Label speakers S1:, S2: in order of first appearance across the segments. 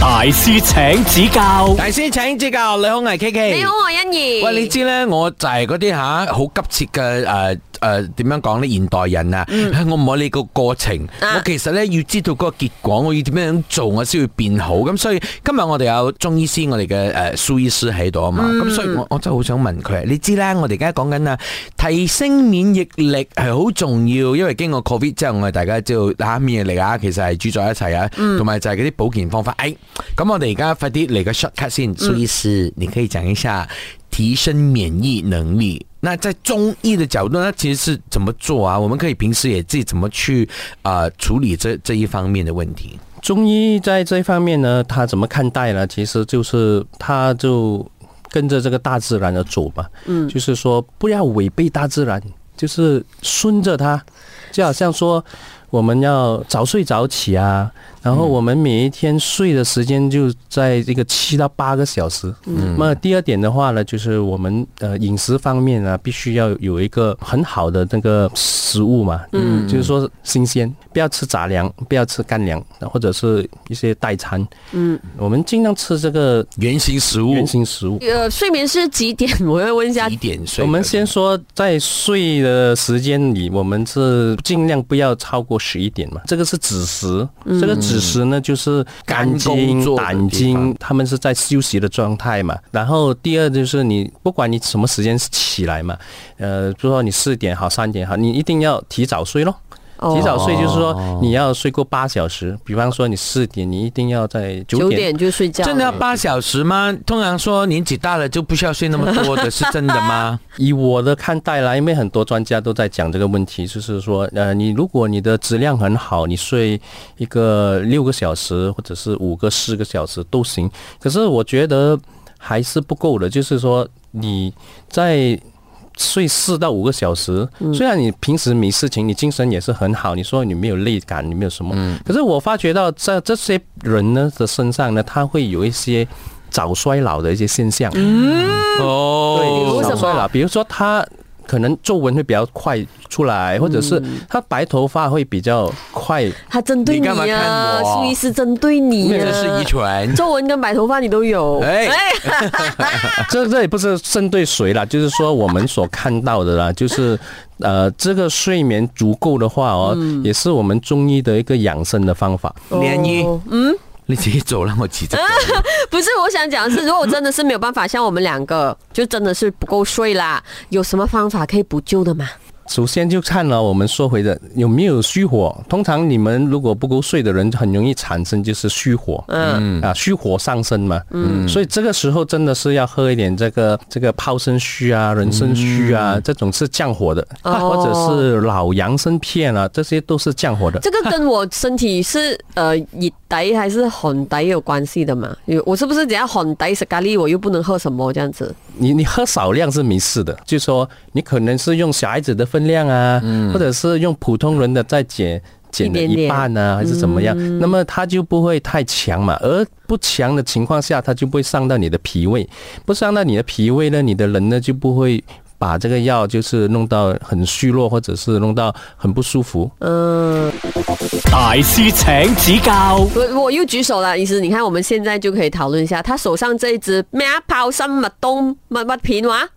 S1: 大師請指教，
S2: 大師請指教，你好，我係 K K。
S3: 你好，我係欣怡。
S2: 喂，哎你知咧，我就係嗰啲吓好急切嘅誒誒點樣講咧？現代人啊，我唔愛你個過程，
S3: 嗯啊
S2: 我其實咧要知道嗰個結果，我要點樣做，我先會變好。咁所以今日我哋有中醫師，我哋嘅誒蘇醫師喺度啊嘛。
S3: 嗯
S2: 咁所以我我真係好想問佢，你知啦，我哋而家講緊啊，提升免疫力係好重要，因為經過 Covid 之後，我哋大家知道打免疫力啊，其實係主宰一切啊，
S4: 嗯
S2: 同埋就係嗰啲保健方法。誒，咁我哋而家快啲嚟個 shortcut 先，蘇醫師，你可以講一下。提升免疫能力。那在中医的角度，那其实是怎么做啊？我们可以平时也自己怎么去啊、呃处理这这一方面的问题？
S4: 中医在这一方面呢，他怎么看待呢？其实就是他就跟着这个大自然而走嘛，嗯，就是说不要违背大自然，就是顺着它，就好像说我们要早睡早起啊，然后我们每一天睡的时间就在这个七到八个小时。嗯，那第二点的话呢，就是我们呃饮食方面呢，必须要有一个很好的那个食物嘛，嗯，就是说新鲜，不要吃杂粮，不要吃干粮，或者是一些代餐。嗯，我们尽量吃这个
S2: 原型食物
S4: 原形食物。
S3: 呃，睡眠是几 点？我要问一下
S2: 几。点睡？
S4: 我们先说，在睡的时间里，我们是尽量不要超过十一点嘛。这个是子时，这个子时呢就是肝
S2: 嗯肝工
S4: 经、
S2: 作的
S4: 胆
S2: 地方
S4: 经，他们是在休息的状态嘛。然后第二就是你不管你什么时间起来嘛，呃，就说你四点好、三点好，你一定要提早睡咯。
S2: 哦
S4: 提早睡就是说你要睡够八小时，比方说你四点，你一定要在
S3: 九
S4: 九点
S3: 点就睡觉了，
S2: 真的要八小时吗？通常说年纪大了就不需要睡那么多的，是真的 吗？
S4: 以我的看待啦，因为很多专家都在讲这个问题，就是说，呃，你如果你的质量很好，你睡一个六个小时或者是五个四个小时都行。可是我觉得还是不够的，就是说你在睡四到五个小时，虽然你平时没事情，你精神也是很好，你说你没有累感，你没有什么，可是我发觉到在这些人呢的身上呢，他会有一些早衰老的一些现象。
S2: 哦
S4: 对，
S3: 为什
S4: 哦少
S3: 么
S4: 衰老，比如说他可能皱纹会比较快出来，或者是
S3: 嗯
S4: 他白头发会比较快。啊
S3: 他针对你
S2: 你干嘛
S3: 啊，
S2: 看我
S3: 苏医师针对你
S2: 这是
S3: 啊
S2: 遗，传。
S3: 皱纹跟白头发你都有。
S2: 哎
S4: 这这也不是针对谁啦，就是说我们所看到的啦，就是呃，这个睡眠足够的话哦，
S3: 嗯
S4: 也是我们中医的一个养生的方法。
S2: 连衣
S3: 哦
S2: 你自己走，让我骑 着走。
S3: 不是，我想讲的是，如果真的是没有办法，像我们两个，就真的是不够睡啦，有什么方法可以补救 的吗？
S4: 首先就看了我们说回的有没有虚火。通常你们如果不够睡的人，很容易产生就是虚火，嗯啊，虚火上升嘛，嗯，所以这个时候真的是要喝一点这个这个泡参须啊、人参须啊，这种是降火的，啊
S3: 哦
S4: 或者是老洋参片啊，这些都是降火的。
S3: 这个跟我身体是呃热底还是寒底有关系的嘛？有我是不是只要寒底食咖喱，我又不能喝什么这样子？
S4: 你你喝少量是没事的，就说你可能是用小孩子的分量啊，或者是用普通人的再减减
S3: 嗯
S4: 了
S3: 一点嗯
S4: 一
S3: 点
S4: 半啊，还是怎么样，那么它就不会太强嘛。而不强的情况下，它就不会伤到你的脾胃，不伤到你的脾胃呢，你的人呢就不会。把这个药就是弄到很虚弱，或者是弄到很不舒服。
S3: 嗯
S1: 大師請指教，
S3: 我我又举手了，医师，你看我们现在就可以讨论一下，他手上这一只咩啊泡参麦冬麦麦片
S2: 啊
S3: 哇，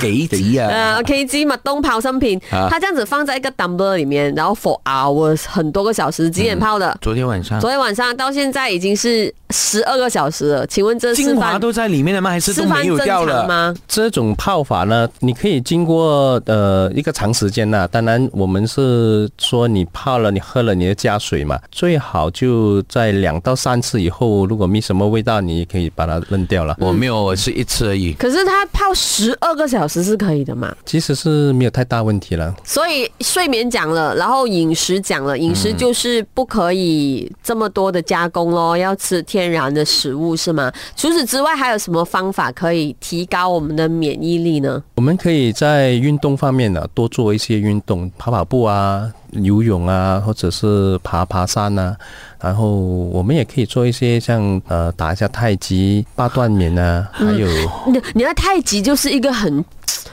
S2: 几子啊？
S3: 呃 KG 麦冬泡参片，
S2: 啊
S3: 它这样子放在一个 tumbler 里面，然后 for hours 很多个小时，几点泡的？
S2: 昨天晚上
S3: 昨天晚上到现在已经是十二个小时了，请问这示
S2: 精华
S3: 范
S2: 都在里面了吗？还是都
S3: 示范
S2: 没有
S3: 正
S2: 掉
S3: 常
S2: 了？
S3: 吗？
S4: 这种泡法呢，你可以经过呃一个长时间呐、当然，我们是说你泡了，你喝了，你就加水嘛。最好就在两到三次以后，如果没什么味道，你也可以把它扔掉了。
S2: 我没有，我是一次而已。
S3: 可是它泡十二个小时是可以的嘛？
S4: 其实是没有太大问题了。
S3: 所以睡眠讲了，然后饮食讲了，饮食就是不可以这么多的加工咯，要吃天然的食物是吗？除此之外，还有什么方法可以提高我们的免疫力呢？
S4: 我们可以在运动方面呢、多做一些运动，跑跑步啊、游泳啊，或者是爬爬山啊。然后我们也可以做一些像呃打一下太极、八段棉啊，还有。
S3: 你你的太极就是一个很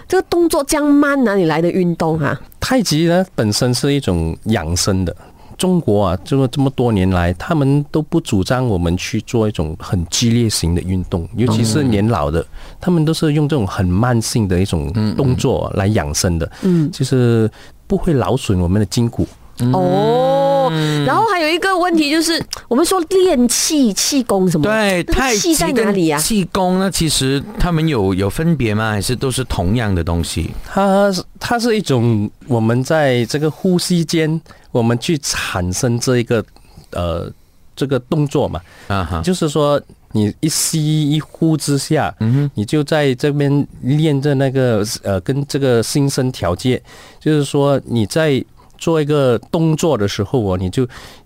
S3: 这个动作这样慢，哪里来的运动啊？
S4: 太极呢本身是一种养生的，中国啊，这么这么多年来，他们都不主张我们去做一种很激烈型的运动，尤其是年老的，他们都是用这种很慢性的一种动作来养生的，嗯，就是不会劳损我们的筋骨。
S3: 哦，然后还有一个问题就是，我们说练气、气功什么，
S2: 对，
S3: 嗯那
S2: 太
S3: 个气
S2: 极
S3: 在
S2: 跟
S3: 哪里啊呀、
S2: 气功呢？其实他们有有分别吗？还是都是同样的东西？
S4: 它是它是一种我们在这个呼吸间，我们去产生这一个呃这个动作嘛，
S2: 啊哈，
S4: 就是说你一吸一呼之下，嗯、你就在这边练着那个呃跟这个心身调节，就是说你在做一个动作的时候哦，你就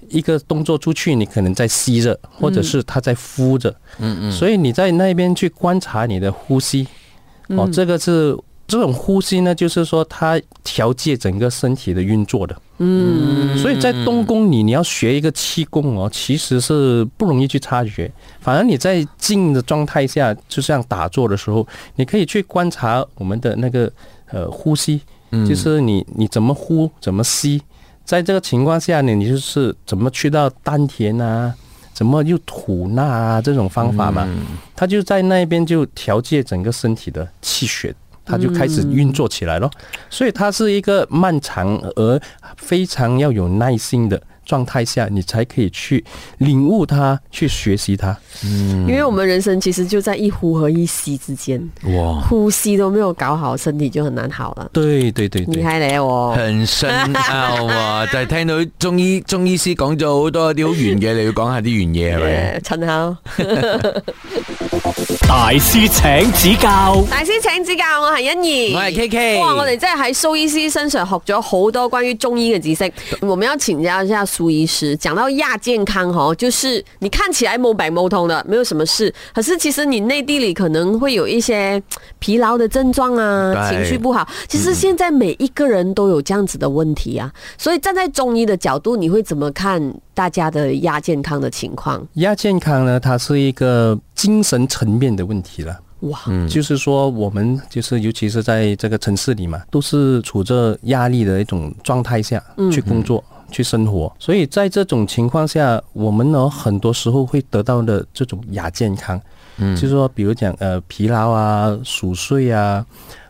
S4: 一个动作出去，你可能在吸着，或者是它在呼着，嗯嗯，所以你在那边去观察你的呼吸，哦，这个是。这种呼吸呢，就是说它调节整个身体的运作的，嗯，所以在动功你你要学一个气功哦，其实是不容易去察觉，反而你在静的状态下，就像打坐的时候，你可以去观察我们的那个呃呼吸，
S2: 嗯
S4: 就是你你怎么呼怎么吸，在这个情况下呢，你就是怎么去到丹田啊，怎么又吐纳啊这种方法嘛，它就在那边就调节整个身体的气血。它就开始运作起来咯。所以它是一个漫长而非常要有耐心的状态下，你才可以去领悟它，去学习它。
S3: 因为我们人生其实就在一呼和一吸之间，
S2: 哇，
S3: 呼吸都没有搞好，身体就很难好了。
S4: 对对对
S3: 厉
S4: 对，
S3: 害咧我，
S2: 很深 奧啊！就係聽到中醫中醫師講咗好多啲好玄嘅，你要講下啲玄嘢係 咪？
S3: 誒陳巧。
S1: 大師請指教，
S3: 大師請指教，我係欣怡，
S2: 我係 KK
S3: 哇，我哋真係喺蘇醫師身上學咗好多關於中醫嘅知識。我們要請教一下蘇醫師，講到亞健康哦，就是你看起來冇病冇痛的，沒有什麼事，可是其實你內地裡可能會有一些疲勞的症狀啊，情
S2: 對嗯
S3: 緒不好。其實現在每一個人都有這樣子的問題啊，所以站在中醫的角度，你會怎麼看大家的亞健康的情況？
S4: 亚健康呢，它是一个精神层面的问题了。
S3: 哇，
S4: 就是说，我们就是尤其是在这个城市里嘛，都是处着压力的一种状态下去工作、去生活，所以在这种情况下，我们呢很多时候会得到的这种亚健康，嗯，就是说，比如讲呃疲劳啊、熟睡啊。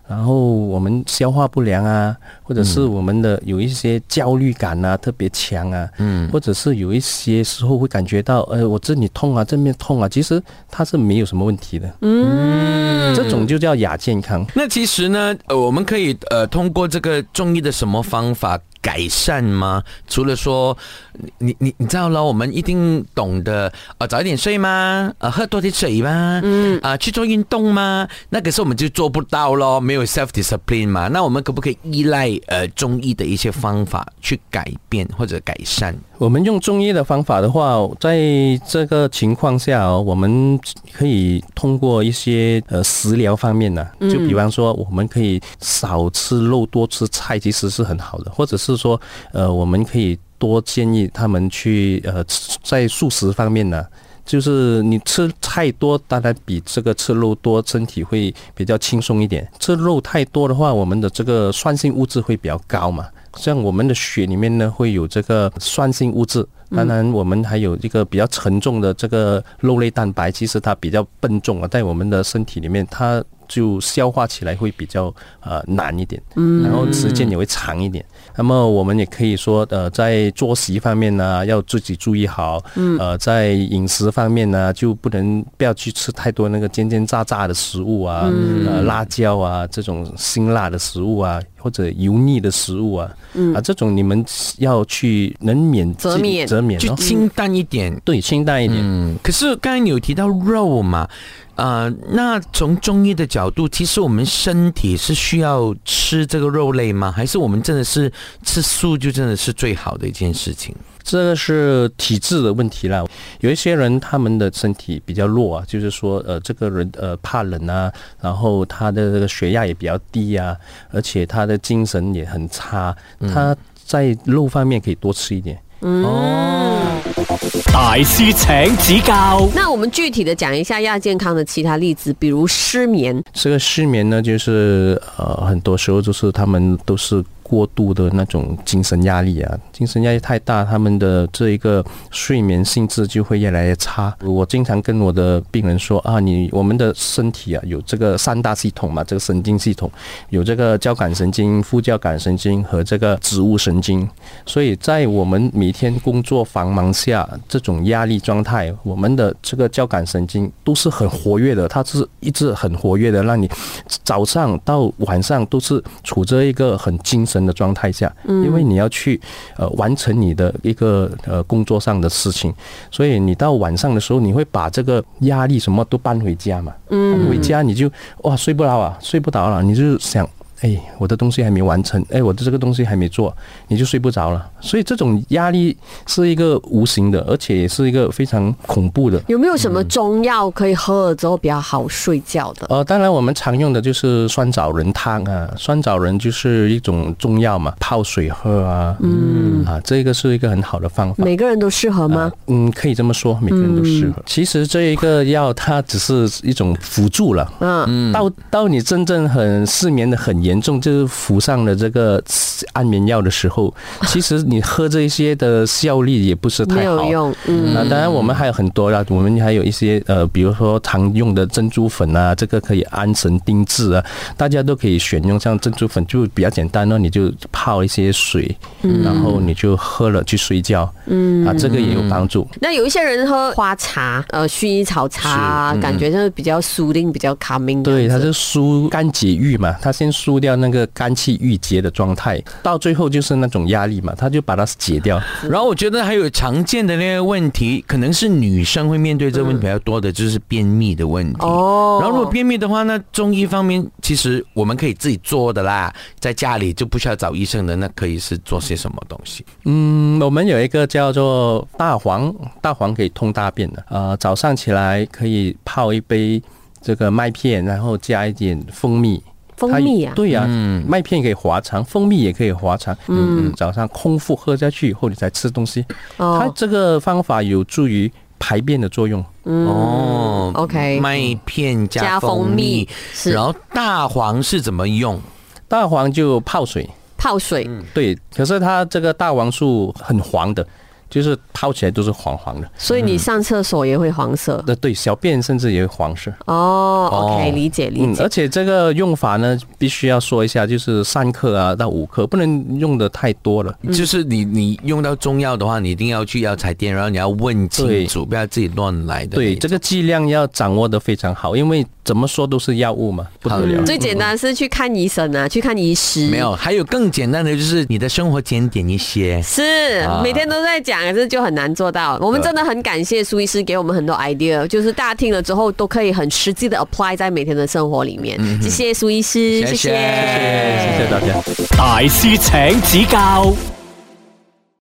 S4: 然后我们消化不良啊，或者是我们的有一些焦虑感啊、特别强啊，嗯，或者是有一些时候会感觉到，呃，我这里痛啊，这面痛啊，其实它是没有什么问题的，这种就叫亚健康。
S2: 那其实呢，呃，我们可以呃通过这个中医的什么方法改善吗？除了说，你你你知道了，我们一定懂得呃早一点睡吗？呃喝多点水吗？嗯啊、去做运动吗？那可是我们就做不到咯，没有 self discipline 嘛。那我们可不可以依赖呃中医的一些方法去改变或者改善？
S4: 我们用中医的方法的话，在这个情况下哦，我们可以通过一些呃食疗方面呢、就比方说我们可以少吃肉，多吃菜，其实是很好的，或者是说呃我们可以多建议他们去呃吃在素食方面呢、就是你吃太多，当然比这个吃肉多，身体会比较轻松一点。吃肉太多的话，我们的这个酸性物质会比较高嘛，像我们的血里面呢会有这个酸性物质。当然，我们还有一个比较沉重的这个肉类蛋白，其实它比较笨重啊，在我们的身体里面，它就消化起来会比较呃难一点，然后时间也会长一点。那么我们也可以说，呃，在作息方面呢，要自己注意好，
S3: 嗯
S4: 呃，在饮食方面呢，就不能不要去吃太多那个煎煎炸炸的食物啊，
S3: 嗯
S4: 呃，辣椒啊这种辛辣的食物啊，或者油腻的食物啊，啊，这种你们要去能免
S3: 嗯则
S4: 尽
S3: 免
S4: 则免
S2: 就
S4: 哦，
S2: 清淡一点。
S4: 对，清淡一点。
S2: 嗯，可是刚才你有提到肉嘛，呃，那从中医的角度，其实我们身体是需要吃这个肉类吗？还是我们真的是吃素就真的是最好的一件事情？
S4: 这个是体质的问题啦。有一些人他们的身体比较弱啊，就是说呃，这个人呃怕冷啊，然后他的这个血压也比较低啊，而且他的精神也很差，他在肉方面可以多吃一点。
S1: 大師請指教，
S3: 那我们具体的讲一下亚健康的其他例子，比如失眠，
S4: 这个失眠呢，就是呃，很多时候就是他们都是过度的那种精神压力啊，精神压力太大，他们的这一个睡眠性质就会越来越差。我经常跟我的病人说啊，你我们的身体啊有这个三大系统嘛，这个神经系统有这个交感神经、副交感神经和这个植物神经，所以在我们每天工作繁忙下，这种压力状态，我们的这个交感神经都是很活跃的，它是一直很活跃的，让你早上到晚上都是处着一个很精神的状态下，因为你要去呃完成你的一个呃工作上的事情，所以你到晚上的时候，你会把这个压力什么都搬回家嘛，搬回家你就哇睡不着啊，睡不着了，你就想。哎，我的东西还没完成，哎，我的这个东西还没做，你就睡不着了。所以这种压力是一个无形的，而且也是一个非常恐怖的。
S3: 有没有什
S4: 嗯
S3: 么中药可以喝了之后比较好睡觉的？
S4: 呃，当然我们常用的就是酸枣仁汤啊，酸枣仁就是一种中药嘛，泡水喝啊，嗯啊，这个是一个很好的方法。
S3: 每个人都适合吗？嗯
S4: 嗯，可以这么说，每个人都适合。其实这一个药它只是一种辅助了，
S3: 嗯，
S4: 到到你真正很失眠的很严重，就是服上了这个安眠药的时候，其实你喝这一些的效力也不是
S3: 没
S4: 太好。啊
S3: 有用，嗯，
S4: 那当然，我们还有很多啦，我们还有一些呃，比如说常用的珍珠粉啊，这个可以安神定制啊，大家都可以选用。像珍珠粉就比较简单咯，你就泡一些水，然后你就喝了去睡觉，嗯啊，这个也有帮助。
S3: 那有一些人喝花茶，呃，薰衣草茶啊，感觉就是比较舒定，比较卡明。
S4: 嗯对，它
S3: 这样子
S4: 是疏肝解郁嘛，它先疏掉那个肝气郁结的状态，到最后就是那种压力嘛，它就把它解掉。
S2: 然后我觉得还有常见的那个问题，可能是女生会面对这个问题比较多的，就是便秘的问题。
S3: 哦。
S2: 然后如果便秘的话，那中医方面其实我们可以自己做的啦，在家里就不需要找医生的，那可以是做些什么东西？
S4: 嗯，我们有一个叫做大黄，大黄可以通大便的。呃，早上起来可以泡一杯这个麦片，然后加一点蜂蜜。
S3: 蜂蜜啊
S4: 它，对呀、麦片可以滑肠，蜂蜜也可以滑肠。嗯，早上空腹喝下去以后，你再吃东西，
S3: 哦
S4: 它这个方法有助于排便的作用。
S2: 哦
S3: OK
S2: 麦片
S3: 加
S2: 加
S3: 蜂
S2: 蜂蜜
S3: 蜜，是
S2: 然后大黄是怎么用？
S4: 大黄就泡水，
S3: 泡水，
S4: 对，可是它这个大黄素很黄的，就是泡起来都是黄黄的。
S3: 所以你上厕所也会黄色。
S4: 那对小便甚至也会黄色。
S3: 哦
S2: 哦
S3: ，OK，理解理
S4: 嗯，
S3: 解
S4: 而。且这个用法呢，必须要说一下，就是三克啊到五克，不能用的太多了。
S2: 就是你你用到中药的话，你一定要去药材店，然后你要问
S4: 对
S2: 清楚，不要自己乱来的。
S4: 对，这个剂量要掌握的非常好，因为怎么说都是药物嘛，不得了。
S3: 最简单是去看医生啊，去看医师。
S2: 没有，还有更简单的就是你的生活检点一些。
S3: 是
S2: 啊
S3: 每天都在讲，可是就很难做到。我们真的很感谢苏医师给我们很多 idea，就是大家听了之后都可以很实际的 apply 在每天的生活里面。
S2: 嗯
S3: 谢谢苏医师，
S2: 谢谢谢谢
S4: 谢谢大家。
S1: 大师请指教。